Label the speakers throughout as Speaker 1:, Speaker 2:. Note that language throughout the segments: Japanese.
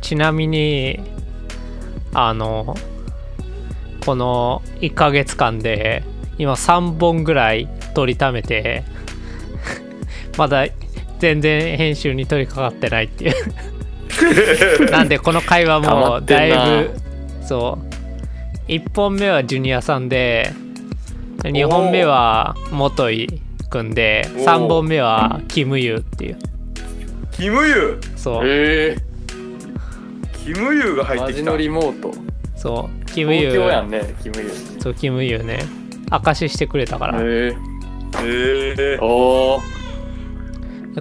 Speaker 1: ちなみにあのこの1ヶ月間で今3本ぐらい撮りためて まだ全然編集に取り掛かってないっていう なんでこの会話
Speaker 2: 溜
Speaker 1: も
Speaker 2: まって
Speaker 1: だ
Speaker 2: んない
Speaker 1: ぶそう1本目はジュニアさんで2本目は元井くんで
Speaker 3: おー
Speaker 1: 3本目はキムユーっていう
Speaker 3: キムユ
Speaker 1: そう
Speaker 2: え
Speaker 3: ーキムユーが
Speaker 2: え
Speaker 3: 入っ
Speaker 2: マ
Speaker 3: て
Speaker 2: ジ
Speaker 3: きた
Speaker 2: のリモート
Speaker 1: そうキムユ
Speaker 2: 東京や
Speaker 1: ー
Speaker 2: んねキムユー
Speaker 1: そうキムユーね明かししてくれたから、
Speaker 2: え
Speaker 3: え
Speaker 2: えおお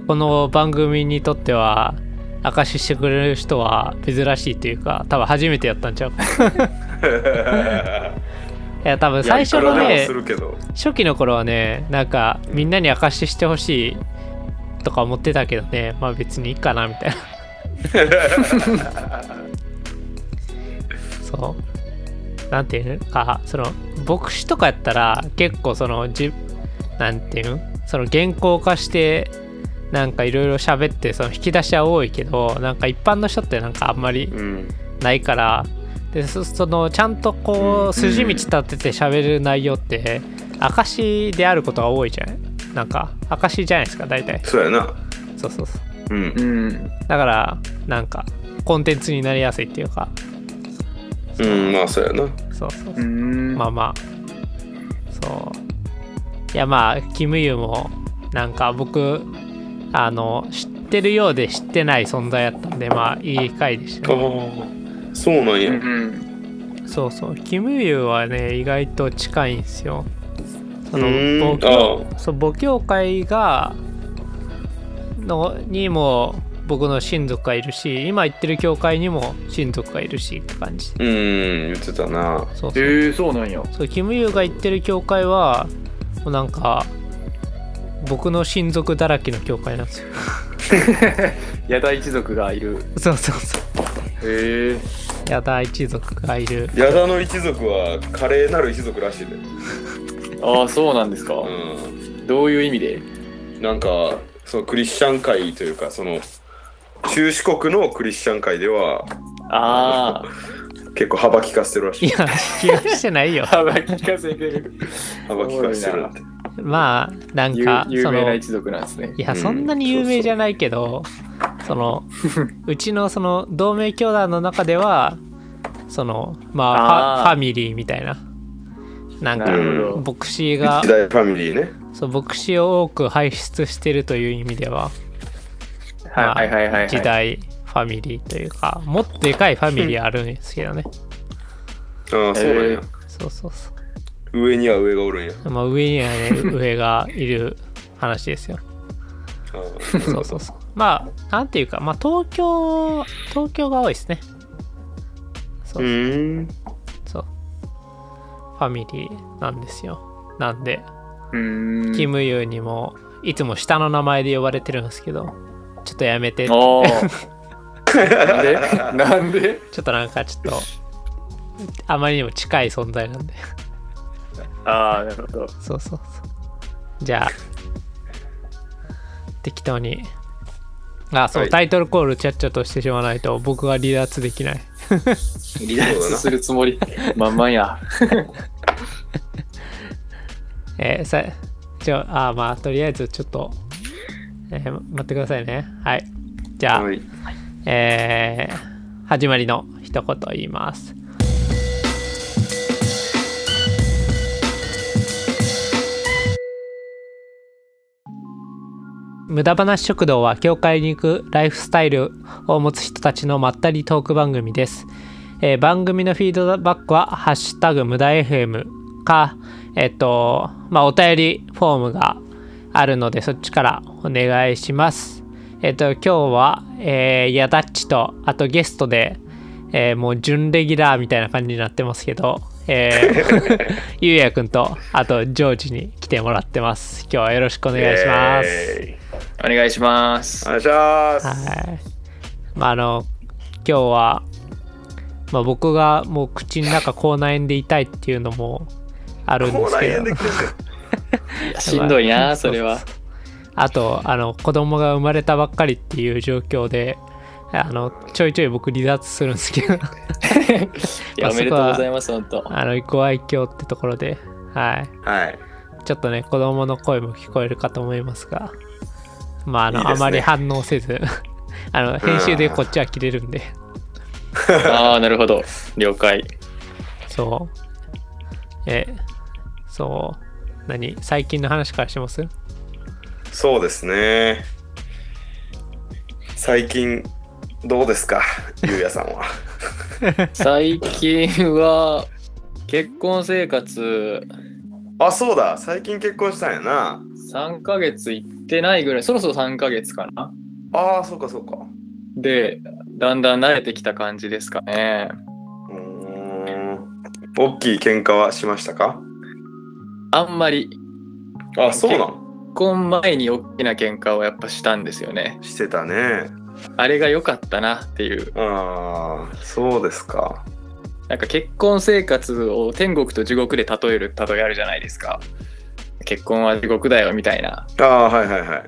Speaker 1: この番組にとっては明かししてくれる人は珍しいというか多分初めてやったんちゃうい
Speaker 3: ー
Speaker 1: や多分
Speaker 3: い
Speaker 1: 最
Speaker 3: や
Speaker 1: 初の
Speaker 3: いくらでも
Speaker 1: ね
Speaker 3: するけど
Speaker 1: 初期の頃はねなんかみんなに明かししてほしいとか思ってたけどねまあ別にいいかなみたいなそうなんていうかその牧師とかやったら結構そのじなんていうんその原稿化してなんかいろいろ喋ってその引き出しは多いけどなんか一般の人ってなんかあんまり
Speaker 2: うん
Speaker 1: ないからでそそのちゃんとこう筋道立てて喋る内容って証であることが多いじゃないなんか証じゃないですか大体
Speaker 3: そうやな
Speaker 1: そうそうそう
Speaker 3: うん
Speaker 2: うん
Speaker 1: だからなんかコンテンツになりやすいっていうか
Speaker 3: うんまあそうやな
Speaker 1: そうそうそう
Speaker 2: う、ん
Speaker 1: まあまあそういやまあキムユもなんか僕あの知ってるようで知ってない存在やったんでまあいい回でしたね
Speaker 3: ああそうなん
Speaker 2: う
Speaker 3: や
Speaker 2: ん
Speaker 1: そうそうキムユはね意外と近いんですよそうの
Speaker 3: ー
Speaker 1: 母
Speaker 3: ん
Speaker 1: 教そう母教会がのにも僕の親族がいるし今行ってる教会にも親族がいるしって感じ
Speaker 3: うん言ってたな
Speaker 1: そうそう,、
Speaker 2: ええそうなん や
Speaker 1: そうキムユが行ってる教会はもうなんか僕の親族だらけの教会なんですよ
Speaker 2: 矢田一族がいる
Speaker 1: そうそうそう
Speaker 2: へえ
Speaker 1: 矢田一族がいる
Speaker 3: 矢田の一族は華麗なる一族らしいで、
Speaker 2: ああそうなんですか、
Speaker 3: う
Speaker 2: どういう意味で
Speaker 3: ん、なんかそのクリスチャン界というかその中四国のクリスチャン界では
Speaker 2: あ
Speaker 3: 結構幅利かせてるらし
Speaker 1: い
Speaker 3: い
Speaker 1: や気がしてないよ
Speaker 2: あ幅利かせてる
Speaker 3: 幅利かせてるなんて
Speaker 1: まあなん
Speaker 2: 有
Speaker 1: か
Speaker 2: 有
Speaker 1: そ
Speaker 2: 名
Speaker 1: の
Speaker 2: な一族なんですね
Speaker 1: いや、
Speaker 3: うん
Speaker 1: そんなに有名じゃないけど、その、うちのその同盟教団の中では、その、まあ、ファ
Speaker 2: あ
Speaker 1: フ
Speaker 2: ー
Speaker 1: ァミリーみたいな。なん
Speaker 2: な
Speaker 1: か、
Speaker 2: るほど
Speaker 1: 牧師
Speaker 3: 一
Speaker 1: が
Speaker 3: 大、ファミリーね
Speaker 1: そう、牧師を多く輩出してるという意味では、まあ
Speaker 2: はいはいはいはい、はい、
Speaker 1: 時代ファミリーというか、もっとでかいファミリーあるんですけどね。
Speaker 3: ああそうなんや、
Speaker 1: そうそうそ
Speaker 3: 上には上がおるんや
Speaker 1: う。まあ、上にはね、上がいる話ですよ。
Speaker 3: ああ
Speaker 1: そうそうそう。まあ、なんていうか、まあ、東京、東京が多いですね。そう
Speaker 3: うーん
Speaker 1: そう。ファミリーなんですよ。なんで、
Speaker 2: うーん
Speaker 1: キムユーにも、いつも下の名前で呼ばれてるんですけど、ちょっとやめて、ちょ
Speaker 2: ああ なんでなんで
Speaker 1: っとなんか ちょっと、あまりにも近い存在なんで。
Speaker 2: ああなるほど
Speaker 1: そうそうそう。じゃあ、適当に。あ、そう、
Speaker 3: はい
Speaker 1: タイトルコールちゃっちゃとしてしまわないと、僕が離脱できない。
Speaker 3: 離脱
Speaker 2: するつもりまんまや
Speaker 1: えーさじゃああーまあとりあえずちょっと、えー待ってくださいねはいじゃあ、
Speaker 3: はい
Speaker 1: えー始まりの一言言います無駄話食堂は教会に行くライフスタイルを持つ人たちのまったりトーク番組です、えー番組のフィードバックは「ハッシュタグ無駄 FM」かえっとまあお便りフォームがあるのでそっちからお願いしますえっと今日は、えー、ヤダッチとあとゲストで、えーもう準レギュラーみたいな感じになってますけど、えー、ゆうやくんとあとジョージに来てもらってます今日はよろしくお
Speaker 3: お
Speaker 1: 願いします、
Speaker 2: お願いします
Speaker 3: お願いします、
Speaker 1: はい。まあ、あの、今日は、まあ、僕がもう口の中口内炎で痛いっていうのもあるんです
Speaker 3: 口
Speaker 1: け
Speaker 3: 内炎
Speaker 1: ど
Speaker 3: で、来てる
Speaker 2: しんどいなそれは
Speaker 1: あと、あの、子供が生まれたばっかりっていう状況で、あのちょいちょい僕離脱するんです けど
Speaker 2: いやおめでとうございます、本当。
Speaker 1: あのご愛嬌ってところではい
Speaker 3: はい。
Speaker 1: ちょっとね子供の声も聞こえるかと思いますがまああの
Speaker 3: いいで
Speaker 1: あ
Speaker 3: すね
Speaker 1: まり反応せずあの編集でこっちは切れるんで
Speaker 2: ああ、なるほど。了解。
Speaker 1: そうえそう何最近の話からします
Speaker 3: そうですね。最近、どうです か、ゆうやさんは。
Speaker 2: 最近は、結婚生活
Speaker 3: あ、そうだ、最近結婚したんやな。
Speaker 2: 3ヶ月行ってないぐらい、そろそろ3ヶ月かな。
Speaker 3: ああ、そうかそうか。
Speaker 2: で、だんだん慣れてきた感じですかね。
Speaker 3: うーん。大きい喧嘩はしましたか
Speaker 2: あんまり、
Speaker 3: あ、そうなん。
Speaker 2: 結婚前に大きな喧嘩をやっぱしたんですよね。
Speaker 3: してたね。
Speaker 2: あれが良かったなっていう。
Speaker 3: ああ、そうですか。
Speaker 2: なんか結婚生活を天国と地獄で例える例えあるじゃないですか。結婚は地獄だよみたいな。
Speaker 3: ああ、はいはいはい。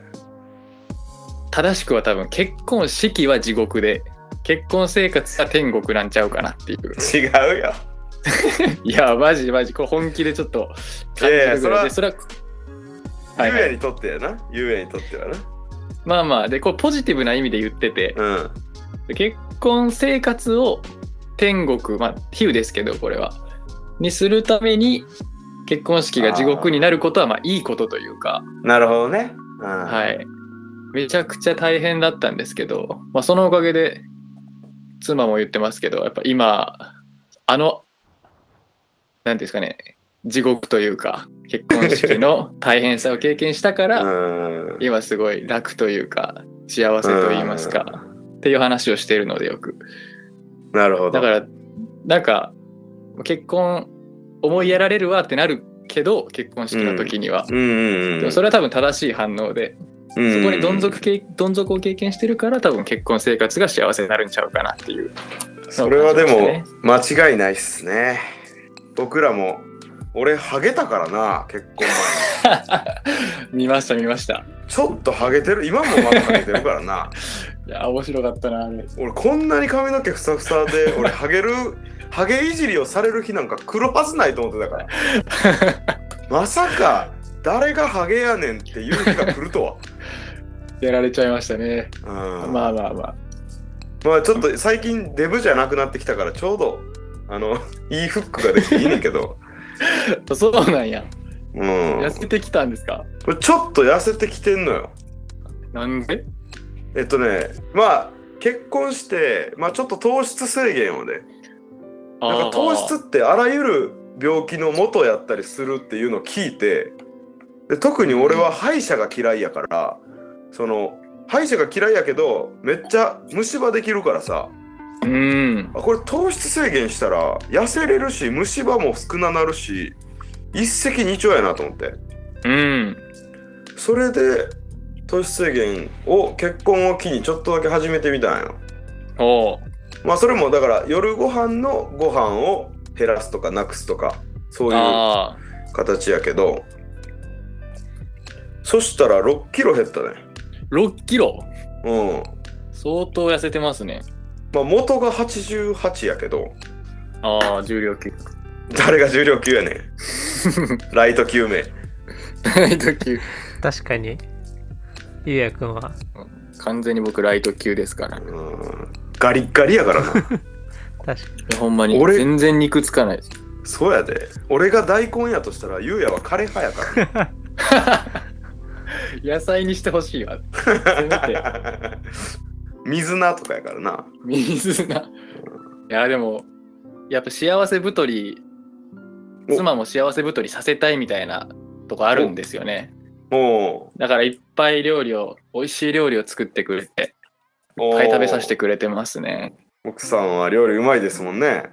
Speaker 2: 正しくは多分結婚式は地獄で、結婚生活は天国なんちゃうかなっていう。
Speaker 3: 違うよ。
Speaker 2: いや、マジマジ、これ本気でちょっと
Speaker 3: い
Speaker 2: 感じ
Speaker 3: やいや
Speaker 2: るぐらいで、
Speaker 3: そ
Speaker 2: それは。はい
Speaker 3: ゆう
Speaker 2: は
Speaker 3: や
Speaker 2: い、
Speaker 3: にとってやな。ゆうやにとってはな。
Speaker 2: まあまあでこうポジティブな意味で言ってて
Speaker 3: うん。
Speaker 2: 結婚生活を天国まあ比喩ですけどこれはにするために結婚式が地獄になることはまあいいことというか
Speaker 3: なるほどね。は。
Speaker 2: はいいめちゃくちゃ大変だったんですけど、まあ、そのおかげで妻も言ってますけどやっぱ今あの何ですかね地獄というか結婚式 の大変さを経験したか
Speaker 3: う
Speaker 2: ら
Speaker 3: ん。
Speaker 2: 今すごい楽というか幸せと言いますかっていう話をしているのでよく
Speaker 3: なるほど。
Speaker 2: だからなんか結婚思いやられるわってなるけど結婚式の時には、
Speaker 3: うんうん
Speaker 2: で
Speaker 3: う
Speaker 2: も
Speaker 3: ん。
Speaker 2: それは多分正しい反応で、
Speaker 3: うん
Speaker 2: そこにどん底けどん底を経験してるから多分結婚生活が幸せになるんちゃうかなっていう
Speaker 3: それはでも
Speaker 2: ね
Speaker 3: 間違いないっすね。僕らも俺ハゲたからな結婚前に。
Speaker 2: 見ました見ました
Speaker 3: ちょっとハゲてる今もまだハゲてるからな。
Speaker 2: いや面白かったなあれ
Speaker 3: 俺こんなに髪の毛ふさふさ で俺ハゲるハゲいじりをされる日なんか来るはずないと思ってたから。 まさか誰がハゲやねんっていう日が来る と
Speaker 2: やられちゃいましたね、
Speaker 3: は。うん
Speaker 2: まあまあまあ
Speaker 3: まあちょっと最近デブじゃなくなってきたからちょうどあのいいフックができていいねんけ ど。
Speaker 2: そうなんや
Speaker 3: うん、
Speaker 2: 痩せてきたんですか
Speaker 3: これちょっと痩せてきてんのよ。
Speaker 2: なんで
Speaker 3: えっとね、まあ結婚して、まあ、ちょっと糖質制限をね、なんか糖質ってあらゆる病気の元やったりするっていうのを聞いて、で特に俺は歯医者が嫌いやから、その歯医者が嫌いやけど、めっちゃ虫歯できるからさ、
Speaker 2: うん
Speaker 3: あこれ糖質制限したら痩せれるし、虫歯も少ななるし、一石二鳥やなと思って。
Speaker 2: うん
Speaker 3: それで糖質制限を結婚を機にちょっとだけ始めてみたんよ。
Speaker 2: おう
Speaker 3: まあそれもだから夜ご飯のご飯を減らすとかなくすとかそういう
Speaker 2: あ
Speaker 3: 形やけどそしたら6キロ減ったね
Speaker 2: あ6キロ
Speaker 3: うん
Speaker 2: 相当痩せてますね
Speaker 3: まあ元が88やけど
Speaker 2: ああ重量級
Speaker 3: 誰が重量級やねんライト級名
Speaker 2: ライト級
Speaker 1: 確かにゆうやくんは
Speaker 2: 完全に僕ライト級ですから
Speaker 3: うんガリッガリやからな
Speaker 1: 確か
Speaker 2: ほんまに
Speaker 3: 俺
Speaker 2: 全然肉つかないです
Speaker 3: そうやで俺が大根やとしたらゆうやは枯れ葉やか
Speaker 2: 野菜にしてほしい わ
Speaker 3: ら 水菜とかやからな
Speaker 2: 水ないやでもやっぱ幸せ太り
Speaker 3: お
Speaker 2: 妻も幸せ太りさせたいみたいなとこあるんですよね
Speaker 3: も
Speaker 2: だからいっぱい料理を美味しい料理を作ってくれて
Speaker 3: う
Speaker 2: いっぱい食べさせて
Speaker 3: お
Speaker 2: くれてますね
Speaker 3: 奥さんは料理うまいですもんね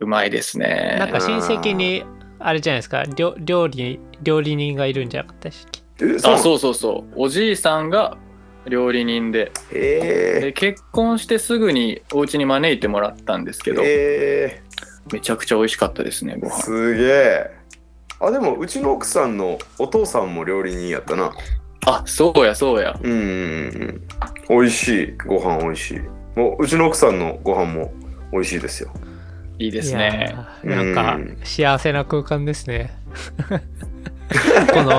Speaker 2: うまいです
Speaker 1: になん
Speaker 2: ね
Speaker 1: か親戚にあれじゃないですか料料理料理人がいるんじゃなかったでしたっけ
Speaker 3: え
Speaker 2: あ
Speaker 3: う
Speaker 2: そうそうそうおじいさんが料理人で
Speaker 3: え
Speaker 2: で結婚してすぐにお家に招いてもらったんですけど、
Speaker 3: え
Speaker 2: めちゃくちゃ美味しかったですねご
Speaker 3: ー、
Speaker 2: 飯
Speaker 3: すげえあでもうちの奥さんのお父さんも料理人やったな
Speaker 2: あそうやそうや
Speaker 3: うんうんうん美味しいご飯美味しいもううちの奥さんのご飯も美味しいですよ。
Speaker 2: いいですね。
Speaker 1: いやーな
Speaker 3: うんん
Speaker 1: か幸せな空間です ねこの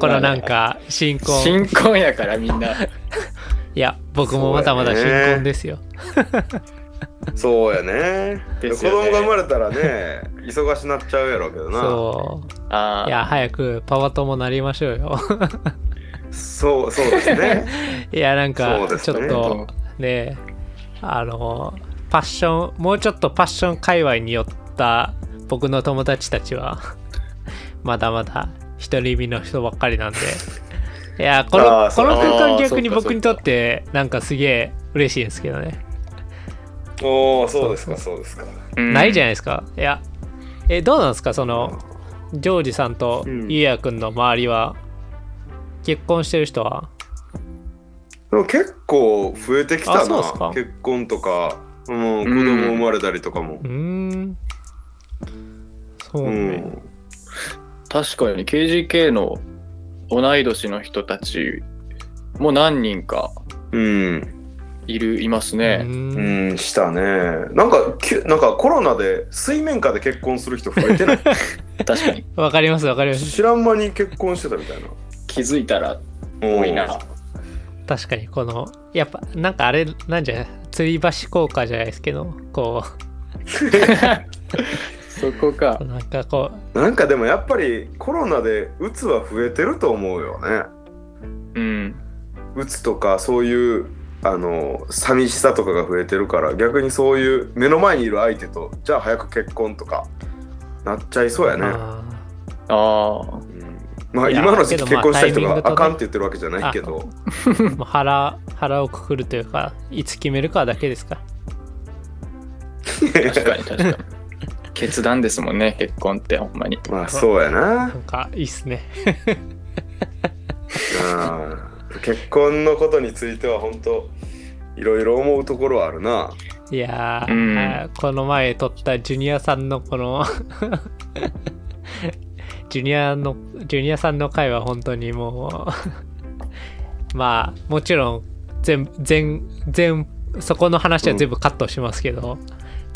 Speaker 1: このなんか新婚
Speaker 2: 新婚やからみんな。
Speaker 1: いや僕もまだまだ新婚ですよ、
Speaker 3: そうやね。
Speaker 2: です
Speaker 3: 子
Speaker 2: よね
Speaker 3: 供が生まれたらね、忙しなっちゃうやろうけどな。
Speaker 1: そう
Speaker 2: あ
Speaker 1: い
Speaker 2: あ、
Speaker 1: や早くパパ友なりましょうよ
Speaker 3: そう、そうですね。
Speaker 1: いやなん
Speaker 3: そ
Speaker 1: か
Speaker 3: うです
Speaker 1: ち
Speaker 3: ね
Speaker 1: ょっとねあのパッションもうちょっとパッション界隈に寄った僕の友達たちは まだまだ独り身の人ばっかりなんでいやこ
Speaker 3: あ
Speaker 1: の
Speaker 3: ーそ
Speaker 1: こ
Speaker 3: う
Speaker 1: の空
Speaker 2: あ
Speaker 1: 間
Speaker 2: ー
Speaker 1: 逆に
Speaker 2: そっかそっか
Speaker 1: 僕にとってなんかすげえ嬉しいですけどね
Speaker 3: おお、そうですか、そうですか。
Speaker 1: ないじゃ
Speaker 2: ん。
Speaker 1: ないですかいやえどうなんですかそのジョージさんと
Speaker 3: うん
Speaker 1: ゆうやくんの周りは結婚してる人は
Speaker 3: でも結構増えてき
Speaker 1: あ
Speaker 3: た
Speaker 1: そうですか
Speaker 3: な。結婚とか、うん、子供生まれたりとかも
Speaker 1: う。ーんそう
Speaker 3: う
Speaker 1: ね
Speaker 3: ん。
Speaker 2: 確かに KGK の同い年の人たちも何人か
Speaker 3: うん、
Speaker 2: いる、います
Speaker 1: う
Speaker 2: ね。
Speaker 1: ん
Speaker 3: うん、したね。なんか、きゅなんかコロナで水面下で結婚する人増え てない。
Speaker 2: 確かに。
Speaker 1: わかりますわかります
Speaker 3: 知らん間に結婚してたみたいな。
Speaker 2: 気づいたら
Speaker 3: 多
Speaker 2: 多いな。
Speaker 1: 確かにこのやっぱなんかあれなんじゃない吊り橋効果じゃないですけどこ
Speaker 2: そこか
Speaker 1: う。なんかこ
Speaker 3: なんかでもやっぱりコロナで鬱は増えてると思うよね。
Speaker 2: うん。
Speaker 3: 鬱とかそういうあの寂しさとかが増えてるから逆にそういう目の前にいる相手とじゃあ早く結婚とかなっちゃいそう
Speaker 1: う
Speaker 3: やね。
Speaker 1: あ
Speaker 2: ああ。
Speaker 3: うんまあ
Speaker 1: いや
Speaker 3: 今の時期結婚した
Speaker 1: けど
Speaker 3: 人が
Speaker 1: まあタイミングとね
Speaker 3: あかんって言ってるわけじゃないけど、
Speaker 1: ーもう腹腹をくくるというかいつ決めるかだけですか
Speaker 2: 確かに確かに。 決断ですもんね、結婚ってほんまに。
Speaker 3: まあそうやな
Speaker 1: な。んかいいっすね
Speaker 3: うん結婚のことについては本当いろいろ思うところはあるな。
Speaker 1: いや
Speaker 2: うん
Speaker 1: ー、あーこの前撮ったジュニアさんのこの ジュニアのジュニアさんの回は本当にもう まあもちろん全全全そこの話は全部カットしますけど、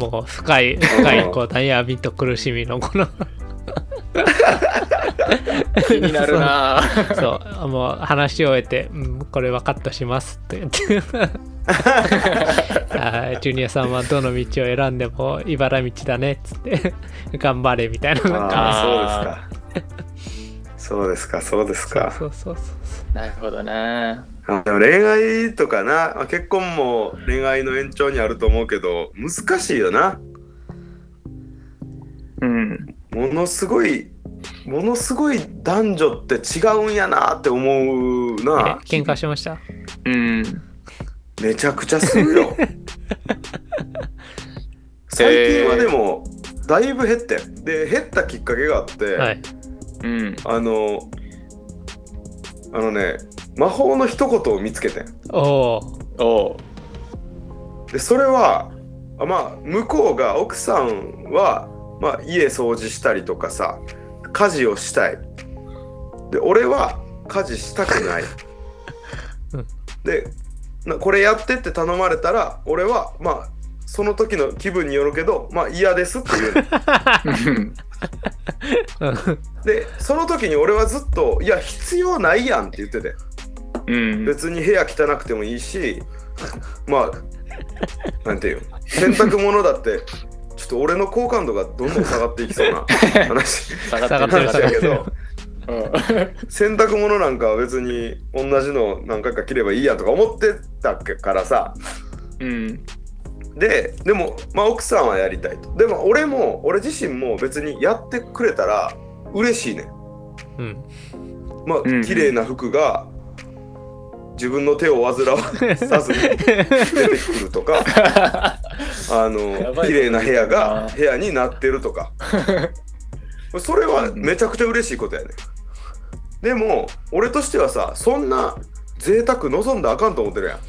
Speaker 1: もう深い深いこう悩みと苦しみのこの
Speaker 2: 気になるなぁ。
Speaker 1: そうもう話し終えて「うんこれはカットします」って言って あージュニアさんはどの道を選んでも茨道だねっつって頑張れみたいななんか
Speaker 3: ああそうですか。そうですか、そ
Speaker 1: そ
Speaker 3: うですか。
Speaker 1: うそうそうそ
Speaker 2: なるほどな
Speaker 3: あでも恋愛とかな、まあ結婚も恋愛の延長にあると思うけど、難しいよな。
Speaker 2: うん。
Speaker 3: ものすごい、ものすごい男女って違うんやなって思う
Speaker 1: う
Speaker 3: な。
Speaker 1: え喧嘩しました
Speaker 2: うん。
Speaker 3: めちゃくちゃす るよ。最近はでも、だいぶ減ってんで、減ったきっかけがあって、
Speaker 1: はい
Speaker 2: うん。
Speaker 3: あの、あのね、魔法の一言を見つけてん。
Speaker 1: おお
Speaker 2: おう。
Speaker 3: でそれはあまあ向こうが奥さんは、まあ、家掃除したりとかさ家事をしたいで俺は家事したくない
Speaker 1: うん
Speaker 3: でなこれやってって頼まれたら俺はまあその時の気分によるけどまあ嫌ですっていうのでその時に俺はずっと「いや必要ないやん」って言ってて
Speaker 2: うん。
Speaker 3: 別に部屋汚くてもいいしまあなんていうの洗濯物だってちょっと俺の好感度がどんどん下がっていきそうな 話
Speaker 2: 下
Speaker 1: がってる
Speaker 3: 話やけど
Speaker 2: うん
Speaker 3: 洗濯物なんかは別に同じの何回か着ればいいやとか思ってたからさ
Speaker 2: うん。
Speaker 3: ででも、まあ、奥さんはやりたいとでも俺も俺自身も別にやってくれたら嬉しいねん
Speaker 1: うん
Speaker 3: まあ
Speaker 2: うん
Speaker 3: 綺麗な服が自分の手を煩わさ ずに出てくるとかあ
Speaker 2: や
Speaker 3: の
Speaker 2: ばい
Speaker 3: 綺麗な部屋
Speaker 2: あ
Speaker 3: が
Speaker 2: ー
Speaker 3: 部屋になってると かそれはめちゃくちゃ嬉しいことやねでも俺としてはさそんな贅沢望んだらあかんと思ってるや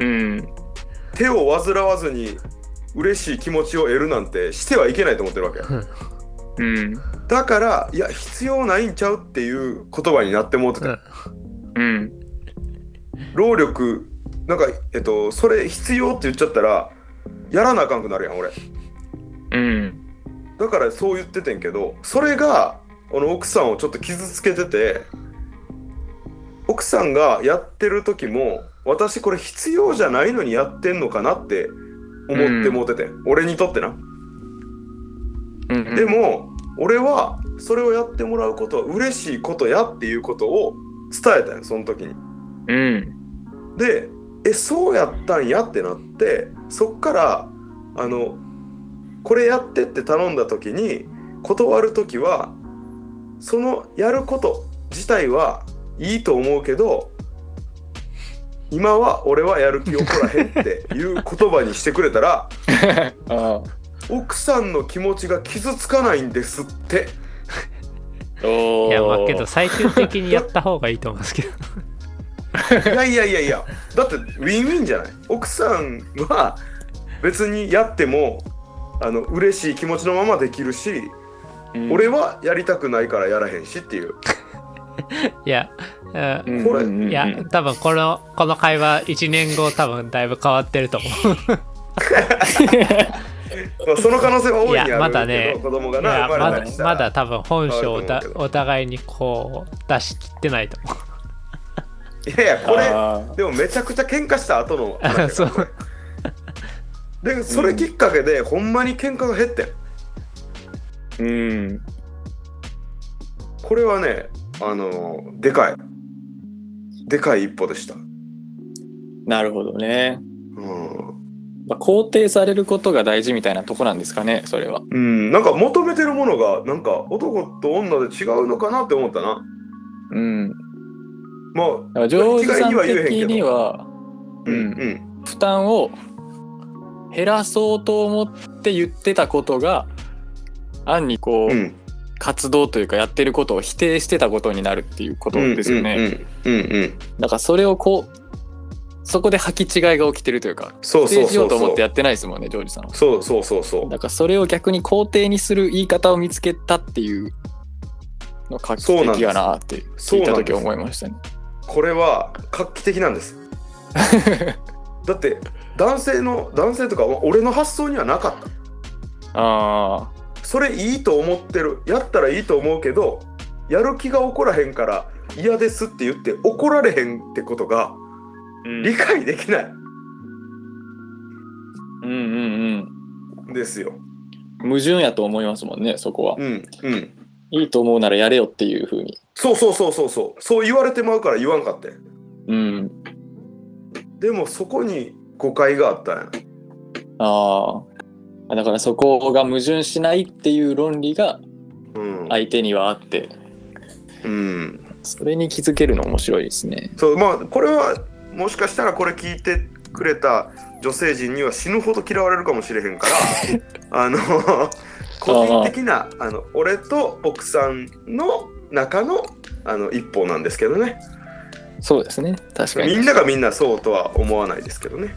Speaker 3: ん
Speaker 2: うん。
Speaker 3: 手を煩わずに嬉しい気持ちを得るなんてしてはいけないと思ってるわけや
Speaker 2: うん。
Speaker 3: だからいや必要ないんちゃうっていう言葉になってもうてて
Speaker 1: うん
Speaker 2: うん。
Speaker 3: 労力なんか、えっと、それ必要って言っちゃったらやらなあかんくなるやん俺
Speaker 2: うん。
Speaker 3: だからそう言っててんけどそれがあの奥さんをちょっと傷つけてて奥さんがやってる時も私これ必要じゃないのにやってんのかなって思ってもうててん、俺にとってな、
Speaker 2: うん
Speaker 3: で、も俺はそれをやってもらうことは嬉しいことやっていうことを伝えたんよその時に
Speaker 2: うん。
Speaker 3: でえそうやったんやってなってそっからあのこれやってって頼んだ時に断る時はそのやること自体はいいと思うけど今は俺はやる気起こらへんっていう言葉にしてくれたら
Speaker 2: あ
Speaker 3: 奥さんの気持ちが傷つかないんですって
Speaker 2: あ。おお。
Speaker 1: いやまあけど最終的にやった方がいいと思うんですけど
Speaker 3: いやいやいやいやだってウィンウィンじゃない奥さんは別にやってもあの嬉しい気持ちのままできるし、
Speaker 2: うん
Speaker 3: 俺はやりたくないからやらへんしっていう
Speaker 1: いや、うん
Speaker 2: うん
Speaker 3: これ
Speaker 2: うんうんうん
Speaker 1: いや多分このこの会話1年後多分だいぶ変わってると思う
Speaker 3: まあその可能性は大いに
Speaker 1: い
Speaker 3: あるけ
Speaker 1: や
Speaker 3: ど
Speaker 1: まだね
Speaker 3: 子供
Speaker 1: い
Speaker 3: がな
Speaker 1: やま
Speaker 3: 生まれ
Speaker 1: だ
Speaker 3: たりしたら
Speaker 1: まだ多分本性をだ
Speaker 3: 変わると思うけど
Speaker 1: お互いにこう出し切ってないと思う
Speaker 3: いやいやこれ
Speaker 2: あ
Speaker 3: でもめちゃくちゃ喧嘩した後の話
Speaker 1: そ
Speaker 3: だから
Speaker 1: う
Speaker 3: でそれきっかけで、ほんまに喧嘩が減ってん
Speaker 2: ーうん。
Speaker 3: これはねあのでかいでかい一歩でした
Speaker 2: なるほどね。
Speaker 3: うん、
Speaker 2: まあ、肯定されることが大事みたいなとこなんですかね、それは。
Speaker 3: うん、なんか求めてるものがなんか男と女で違うのかなって思ったな
Speaker 2: うん。
Speaker 3: まあ
Speaker 2: だからジョージさん的には、
Speaker 3: う
Speaker 2: うんん
Speaker 3: うん
Speaker 2: 負担を減らそうと思って言ってたことが暗にこう、
Speaker 3: うん
Speaker 2: 活動というかやってることを否定してたことになるっていうことですよね、
Speaker 3: うんうんうんうん
Speaker 2: だからそれをこうそこで履き違いが起きてるというか
Speaker 3: そう
Speaker 2: 否
Speaker 3: そう
Speaker 2: 定しよ
Speaker 3: そうう
Speaker 2: と
Speaker 3: そ
Speaker 2: 思っ
Speaker 3: う
Speaker 2: てやってないですもんねジョージさんは
Speaker 3: そうそうそうそう
Speaker 2: だからそれを逆に肯定にする言い方を見つけたっていうの画期的やなって聞いた時思いましたね
Speaker 3: これは画期的なんです だって男性の男性とかは俺の発想にはなかっ
Speaker 2: あ
Speaker 3: たそれいいと思ってるやったらいいと思うけどやる気が起こらへんから嫌ですって言って怒られへんってことが
Speaker 2: あうんう
Speaker 3: 理
Speaker 2: ん
Speaker 3: 解できない
Speaker 2: うん
Speaker 3: んですよ
Speaker 2: うん矛盾やと思いますもんねそこは
Speaker 3: うんうん
Speaker 2: いいと思うならやれよっていうふうに
Speaker 3: そうそうそうそうそうそう言われてまうから言わんかって
Speaker 2: うん
Speaker 3: でもそこに誤解があったんやな
Speaker 2: ああだからそこが矛盾しないっていう論理が
Speaker 3: うん、
Speaker 2: 相手にはあって
Speaker 3: うん
Speaker 2: それに気づけるの面白いですね
Speaker 3: そうまあこれはもしかしたらこれ聞いてくれた女性陣には死ぬほど嫌われるかもしれへんから あの個人的なあの俺と奥さんの中のあの一歩なんですけどね
Speaker 2: そうですね確か
Speaker 3: み
Speaker 2: に
Speaker 3: んながみんなそうとは思わないですけどね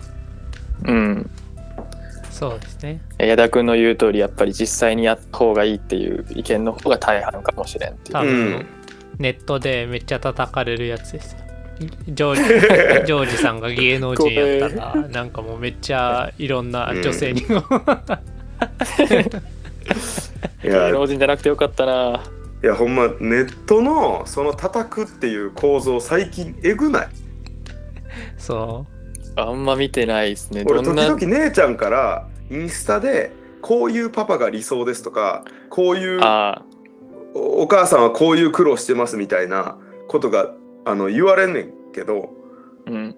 Speaker 2: うん
Speaker 1: そうですね
Speaker 2: 矢田君の言う通りやっぱり実際にやった方がいいっていう意見の方が大半かもしれんっていう
Speaker 1: 多
Speaker 3: う
Speaker 1: 分、
Speaker 3: ん
Speaker 1: ネットでめっちゃ叩かれるやつですよジョージ ジョージさんが芸能人やったらなんかもうめっちゃいろんな女性にも
Speaker 3: いや
Speaker 2: 芸
Speaker 3: い
Speaker 2: 能人じゃなくてよかったな
Speaker 3: やほんまネットのその叩くっていう構造最近えぐない
Speaker 1: そ
Speaker 2: あんま見てないですね
Speaker 3: 俺
Speaker 2: どん
Speaker 3: 時
Speaker 2: な
Speaker 3: 々姉ちゃんからインスタでこういうパパが理想ですとかこういう
Speaker 2: あ
Speaker 3: おお母さんはこういう苦労してますみたいなことがあの言われんねんけど
Speaker 2: ーうん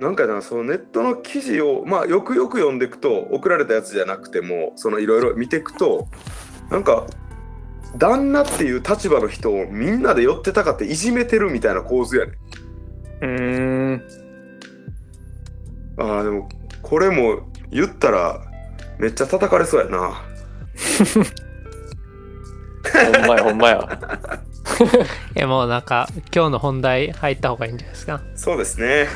Speaker 3: なんかなそのネットの記事を、まあ、よくよく読んでいくと送られたやつじゃなくてもそのいろいろ見ていくとなんか旦那っていう立場の人をみんなで寄ってたかっていじめてるみたいな構図やねん。
Speaker 2: うーん
Speaker 3: あーでもこれも言ったらめっちゃ叩かれそうやな。
Speaker 2: ほ んまやほんまや
Speaker 1: うえもうなんか今日の本題入った方がいいんじゃないですか
Speaker 3: そうですね。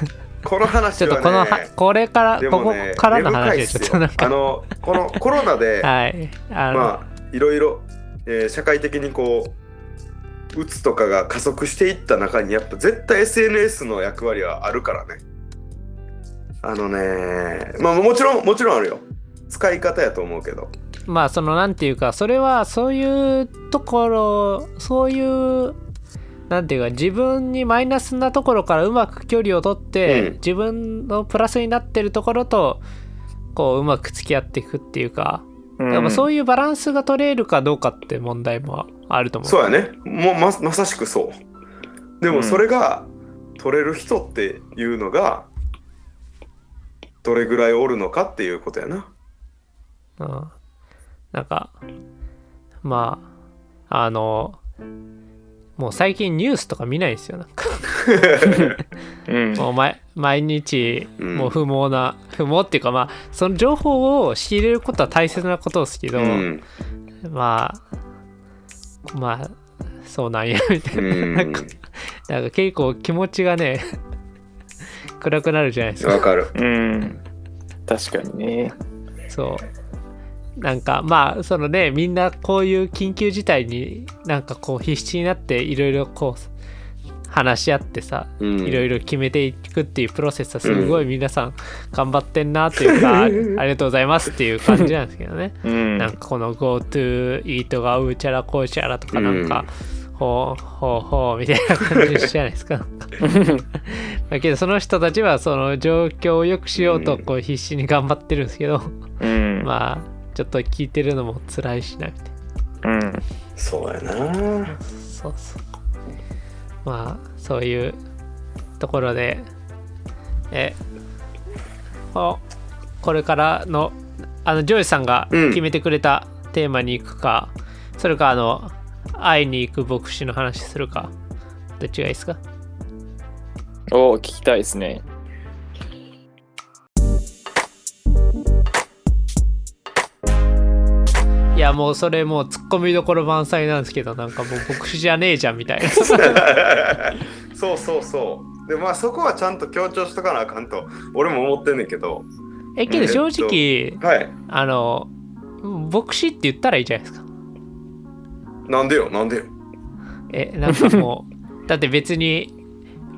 Speaker 3: この 話
Speaker 1: ちょ
Speaker 3: は、
Speaker 1: っ
Speaker 3: ね、
Speaker 1: とこのはこれから、
Speaker 3: で
Speaker 1: こ
Speaker 3: も
Speaker 1: こ
Speaker 3: ね
Speaker 1: からの話
Speaker 3: 根深い
Speaker 1: で
Speaker 3: っ
Speaker 1: ち
Speaker 3: す
Speaker 1: ょ
Speaker 3: よ
Speaker 1: っとなん
Speaker 3: あ
Speaker 1: か
Speaker 3: のこのコロナ で、
Speaker 1: はいあの、
Speaker 3: まあいろいろ、えー社会的にこううつとかが加速していった中にやっぱ絶対 SNS の役割はあるからねあのねまあもちろんもちろんあるよ使い方やと思うけど
Speaker 1: まあそのなんていうかそれはそういうところそういうなんていうか自分にマイナスなところからうまく距離を取って、
Speaker 3: うん
Speaker 1: 自分のプラスになってるところとこううまく付き合っていくっていうか、
Speaker 2: うん
Speaker 1: やっぱそういうバランスが取れるかどうかって問題もあると思う
Speaker 3: そうやねもうままさしくそうで
Speaker 2: うん
Speaker 3: もそれが取れる人っていうのがどれぐらいおるのかっていうことやな
Speaker 1: うん、なんかまああのもう最近ニュースとか見ないんですよなんか
Speaker 2: うん
Speaker 1: もう毎毎日
Speaker 3: うん
Speaker 1: もう不毛な、不毛っていうかまあその情報を仕入れることは大切なことですけど、
Speaker 3: うん
Speaker 1: まあまあそうなんやみたいな,、
Speaker 3: うん
Speaker 1: なんかなんか結構気持ちがね 暗くなるじゃないですか
Speaker 3: わかる
Speaker 2: うん確かにね
Speaker 1: そうなんかまあそのねみんなこういう緊急事態になんかこう必死になっていろいろこう話し合ってさい
Speaker 3: い
Speaker 1: ろい
Speaker 3: ろ
Speaker 1: ろ決めていくっていうプロセスはすごい皆さん頑張ってんなっていう か、ありがとうございますっていう感じなんですけどね
Speaker 2: うん
Speaker 1: なんかこの GoTo イートがうちゃらこうちゃらとかなんか、ほうほうほうみたいな感じじゃないです か。だけどその人たちはその状況を良くしようとこう必死に頑張ってるんですけど、
Speaker 2: うん
Speaker 1: まあちょっと聞いてるのも辛いしなみたいな。
Speaker 2: うん
Speaker 3: そうやな
Speaker 1: そうそう。まあそういうところで、え、おこれからのあのジョージさんが
Speaker 3: うん
Speaker 1: 決めてくれたテーマに行くか、それかあの会いに行く牧師の話するかどっちがいいですか
Speaker 2: を聞きたいですね
Speaker 1: いやもうそれもうツッコミどころ満載なんですけどなんかもう牧師じゃねえじゃんみたいな
Speaker 3: そうそうそうでまあそこはちゃんと強調しとかなあかんと俺も思ってんねんけど
Speaker 1: えけど正直
Speaker 3: はい
Speaker 1: あの牧師って言ったらいいじゃないですか
Speaker 3: なんでよなんでよ
Speaker 1: えなんかもう だって別に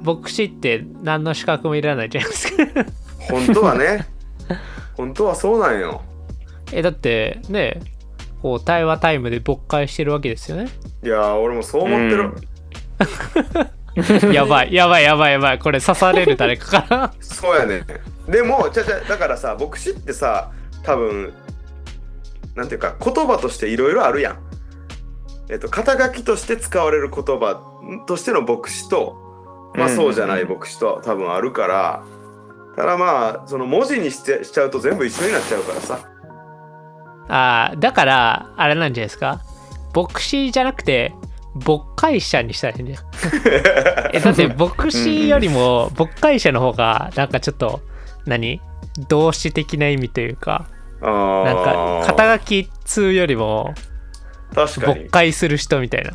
Speaker 1: 牧師って何の資格もいらないじゃないですか
Speaker 3: 本当はね本当はそうなんよ
Speaker 1: えだってねこう対話タイムで勃開してるわけですよ ね
Speaker 3: いやー俺もそう思ってる、
Speaker 2: うん
Speaker 1: やばいやばいやばいやばいこれ刺される誰かから
Speaker 3: そうやねでもちゃちゃだからさ牧師ってさ多分なんていうか言葉としていろいろあるやんえっと肩書きとして使われる言葉としての牧師とまあ
Speaker 2: うん
Speaker 3: そうじゃない牧師と多分あるからただまあその文字にしてしちゃうと全部一緒になっちゃうからさ
Speaker 1: あーだからあれなんじゃないですか牧師じゃなくて牧会者にしたらいいんじゃない えだって牧師よりも牧会者の方がなんかちょっと何動詞的な意味というか
Speaker 3: あー
Speaker 1: なんか肩書き通よりも
Speaker 3: 確か
Speaker 1: 勃
Speaker 3: に
Speaker 1: 開する人みたいな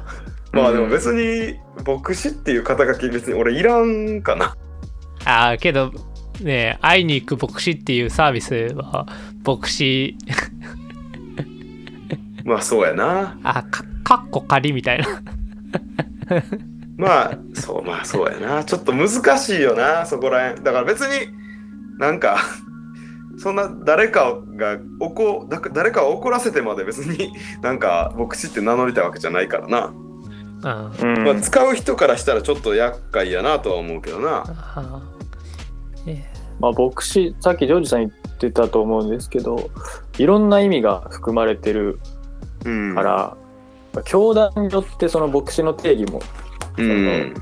Speaker 3: まあでも別に牧師っていう肩書き別に俺いらんかな
Speaker 1: ああけどね会いに行く牧師っていうサービスは牧師
Speaker 3: まあそうやな
Speaker 1: あかかっこ仮みたいな
Speaker 3: まあそうまあそうやなちょっと難しいよなそこらへんだから別になんか そんな誰かが怒だ誰かを怒らせてまで別になんか牧師って名乗りたいわけじゃないからな、
Speaker 1: うん
Speaker 2: うん
Speaker 3: まあ、使う人からしたらちょっと厄介やなとは思うけどな
Speaker 1: あーね
Speaker 2: まあ、牧師さっきジョージさん言ってたと思うんですけどいろんな意味が含まれてる
Speaker 3: うん
Speaker 2: から、教団によってその牧師の定義も
Speaker 3: うん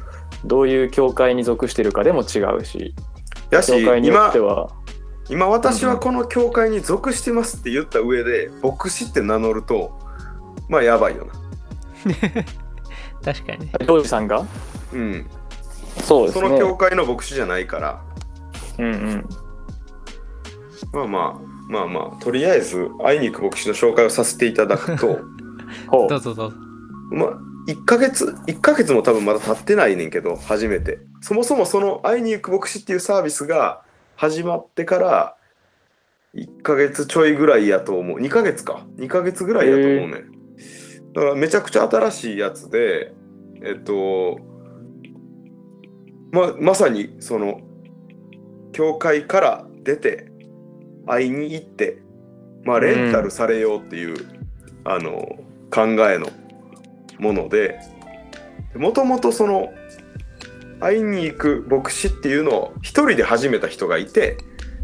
Speaker 2: どういう教会に属してるかでも違うし
Speaker 3: やし
Speaker 2: 教会によ
Speaker 3: 今
Speaker 2: っては
Speaker 3: 今私はこの教会に属してますって言った上で牧師って名乗るとまあやばいよな
Speaker 1: 確かにね
Speaker 2: ジョージさんが
Speaker 3: うん
Speaker 2: そうです
Speaker 3: そ
Speaker 2: ね
Speaker 3: の教会の牧師じゃないから
Speaker 2: うんうん
Speaker 3: まあまあまあまあとりあえず会いに行く牧師の紹介をさせていただくと
Speaker 2: ほ
Speaker 1: どう
Speaker 2: う
Speaker 1: ぞどうぞ
Speaker 3: まあ1ヶ月1ヶ月も多分まだ経ってないねんけど初めてそもそもその会いに行く牧師っていうサービスが始まってから1ヶ月ちょいぐらいやと思う2ヶ月か2ヶ月ぐらいやと思うねだからめちゃくちゃ新しいやつでえっとままさにその教会から出て会いに行ってまあレンタルされようっていう、あの考えのものでもともとその会いに行く牧師っていうのを一人で始めた人がいて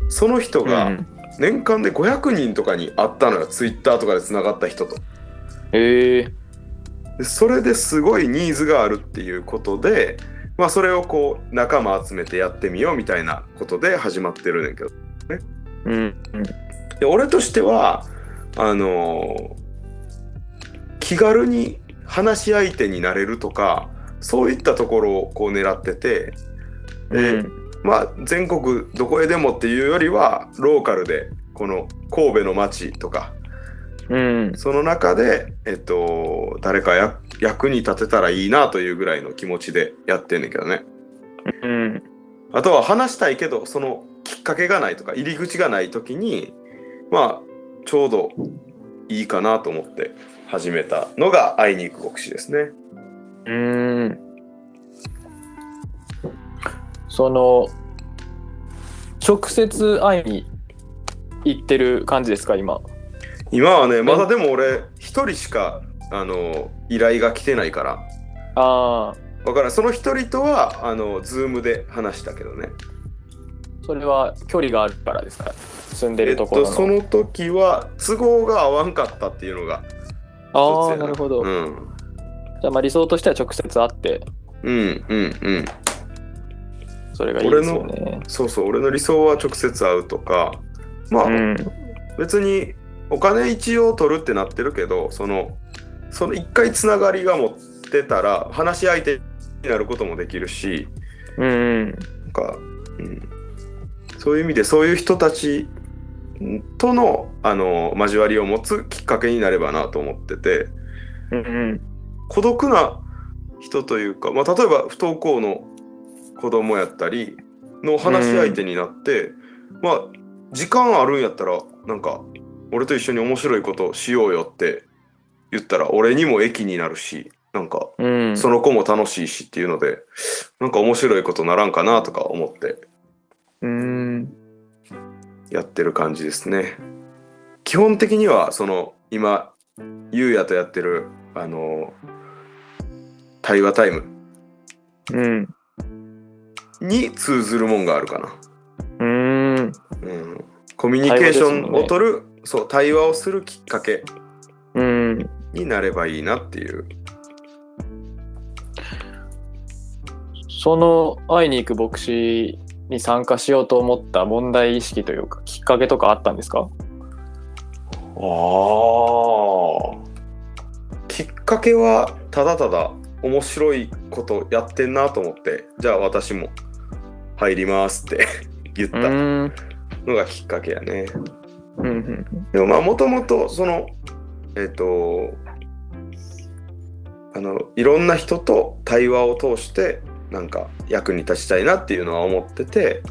Speaker 3: その人
Speaker 2: う
Speaker 3: が
Speaker 2: ん
Speaker 3: 年間で500人とかに会ったのよ、ツイッターとかでつながった人と。
Speaker 2: ええ
Speaker 3: でそれですごいニーズがあるっていうことで、まあ、それをこう仲間集めてやってみようみたいなことで始まってるねんけど
Speaker 2: うん
Speaker 3: で俺としてはあのー気軽に話し相手になれるとかそういったところをこう狙っててで
Speaker 2: うん
Speaker 3: まあ、全国どこへでもっていうよりはローカルでこの神戸の街とか
Speaker 2: うん
Speaker 3: その中で、えっと、誰かや役に立てたらいいなというぐらいの気持ちでやってんねんけどね
Speaker 2: うん
Speaker 3: あとは話したいけどそのきっかけがないとか入り口がない時にまあちょうどいいかなと思って始めたのが会いに行く牧師ですね。
Speaker 2: うんその直接会いに行ってる感じですか今
Speaker 3: 今はねまだでも俺一人しかあの依頼が来てないから
Speaker 2: ああ
Speaker 3: わからんその一人とはあのズームで話したけどね
Speaker 2: それは距離があるからですか住んで
Speaker 3: え
Speaker 2: る
Speaker 3: っ
Speaker 2: ところ
Speaker 3: と
Speaker 2: の、
Speaker 3: その時は都合が合わんかったっていうのが
Speaker 2: あ
Speaker 3: 一
Speaker 2: あ
Speaker 3: つや
Speaker 2: なるほど、
Speaker 3: う
Speaker 2: じ
Speaker 3: ん
Speaker 2: ゃあまあ理想としては直接会って
Speaker 3: うんうんうん
Speaker 2: それがいいですよね
Speaker 3: そうそう俺の理想は直接会うとかまあ、
Speaker 2: うん
Speaker 3: 別にお金一応取るってなってるけどそのその一回つながりが持ってたら話し相手になることもできるし
Speaker 2: うん
Speaker 3: なんか、うん、そういう意味でそういう人たちとのあの交わりを持つきっかけになればなと思ってて
Speaker 2: うんうん
Speaker 3: 孤独な人というか、まあ、例えば不登校の子供やったりの話し相手になって、まあ時間あるんやったらなんか俺と一緒に面白いことしようよって言ったら俺にも益になるしなんか
Speaker 2: うん
Speaker 3: その子も楽しいしっていうのでなんか面白いことならんかなとか思って
Speaker 2: うん
Speaker 3: やってる感じですね。基本的にはその今ゆうやとやってるあの対話タイム
Speaker 2: うん
Speaker 3: に通ずるもんがあるかな。
Speaker 2: うん
Speaker 3: うん、コミュニケーションを取る、そう対話をするきっかけ
Speaker 2: うん
Speaker 3: になればいいなっていう。
Speaker 2: その会いに行く牧師に参加しようと思った問題意識というかきっかけとかあったんですか
Speaker 3: あきっかけはただただ面白いことやってんなと思ってじゃあ私も入りますって 言っ
Speaker 2: う
Speaker 3: た
Speaker 2: んうん
Speaker 3: のがきっかけやね。
Speaker 2: うん
Speaker 3: でもまあもともとそのえっ、とあのいろんな人と対話を通してなんか役に立ちたいなっていうのは思ってて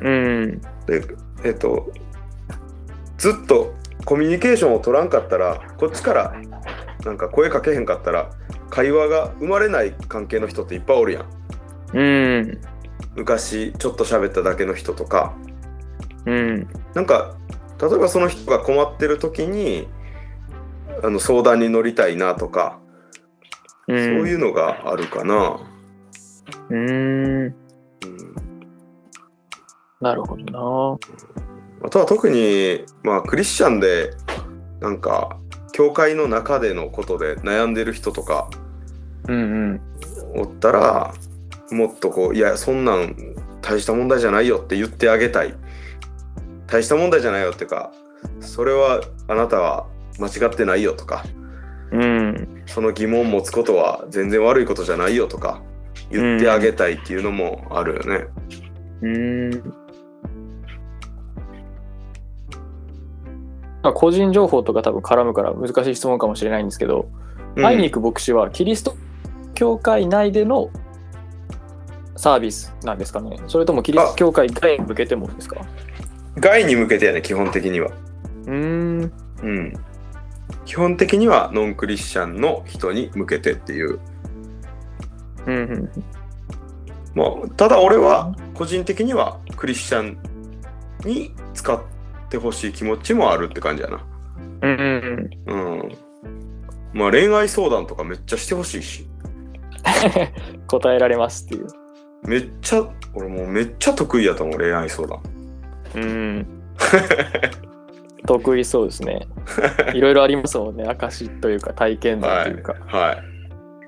Speaker 2: うん
Speaker 3: でえっ、とずっとコミュニケーションを取らんかったらこっちからなんか声かけへんかったら会話が生まれない関係の人っていっぱいおるやん
Speaker 2: うん
Speaker 3: 昔ちょっと喋っただけの人とか
Speaker 2: うん
Speaker 3: なんか例えばその人が困ってる時にあの相談に乗りたいなとか、
Speaker 2: そう
Speaker 3: そういううのがあるかな。
Speaker 2: うん
Speaker 3: うん
Speaker 2: なるほど
Speaker 3: あとは特に、まあ、クリスチャンでなんか教会の中でのことで悩んでる人とか
Speaker 2: なうんうん
Speaker 3: おったらもっとこういやそんなん大した問題じゃないよって言ってあげたい大した問題じゃないよっていうかそれはあなたは間違ってないよとか
Speaker 2: うん
Speaker 3: その疑問を持つことは全然悪いことじゃないよとか言ってあげたいっていうのもあるよね。
Speaker 2: うんまあ個人情報とか多分絡むから難しい質問かもしれないんですけど、
Speaker 3: うん
Speaker 2: 会いに行く牧師はキリスト教会内でのサービスなんですかねそれともキリスト教会外に向けてもですか
Speaker 3: 外に向けてやね基本的には。
Speaker 2: うーん
Speaker 3: うん。基本的にはノンクリスチャンの人に向けてっていう。
Speaker 2: うんうん
Speaker 3: まあ、ただ俺は個人的にはクリスチャンに使ってほしい気持ちもあるって感じやな。
Speaker 2: うんうん
Speaker 3: うん。まあ恋愛相談とかめっちゃしてほしいし、
Speaker 2: うん。答えられますっていう。
Speaker 3: めっちゃ、俺もうめっちゃ得意やと思う、恋愛相談。
Speaker 2: うん。得意そうです ね。いろいろありますもんね。証というか体験談というか。
Speaker 3: はい。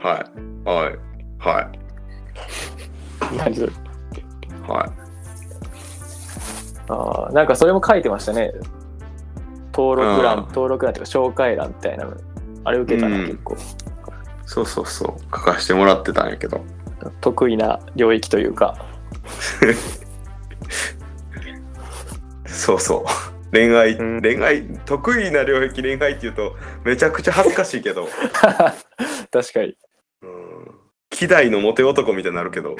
Speaker 3: はい。はい。は
Speaker 2: 何それ
Speaker 3: い。は
Speaker 2: あーなんかそれも書いてましたね。登録
Speaker 3: う
Speaker 2: 欄、
Speaker 3: ん
Speaker 2: 登録欄というか紹介欄みたいなの。あれ受けたな、
Speaker 3: うん
Speaker 2: 結構。
Speaker 3: い。そうそうそう。書かしてもらってたんやけど。
Speaker 2: 得意な領域というか。
Speaker 3: そうそう。恋愛、
Speaker 2: うん
Speaker 3: 恋愛、得意な領域恋愛っていうと、めちゃくちゃ恥ずかしいけ ど、
Speaker 2: 確かに。
Speaker 3: うん。希代のモテ男みたいになるけど、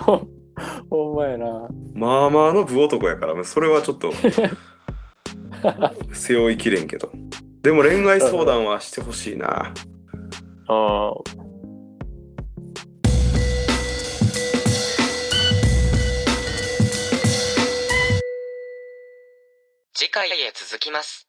Speaker 2: ほんほんまやな。
Speaker 3: まあまあの武男やから、それはちょっと、 背負いきれんけど。でも恋愛相談はしてほしいな。
Speaker 2: ああ。
Speaker 4: 次回へ続きます。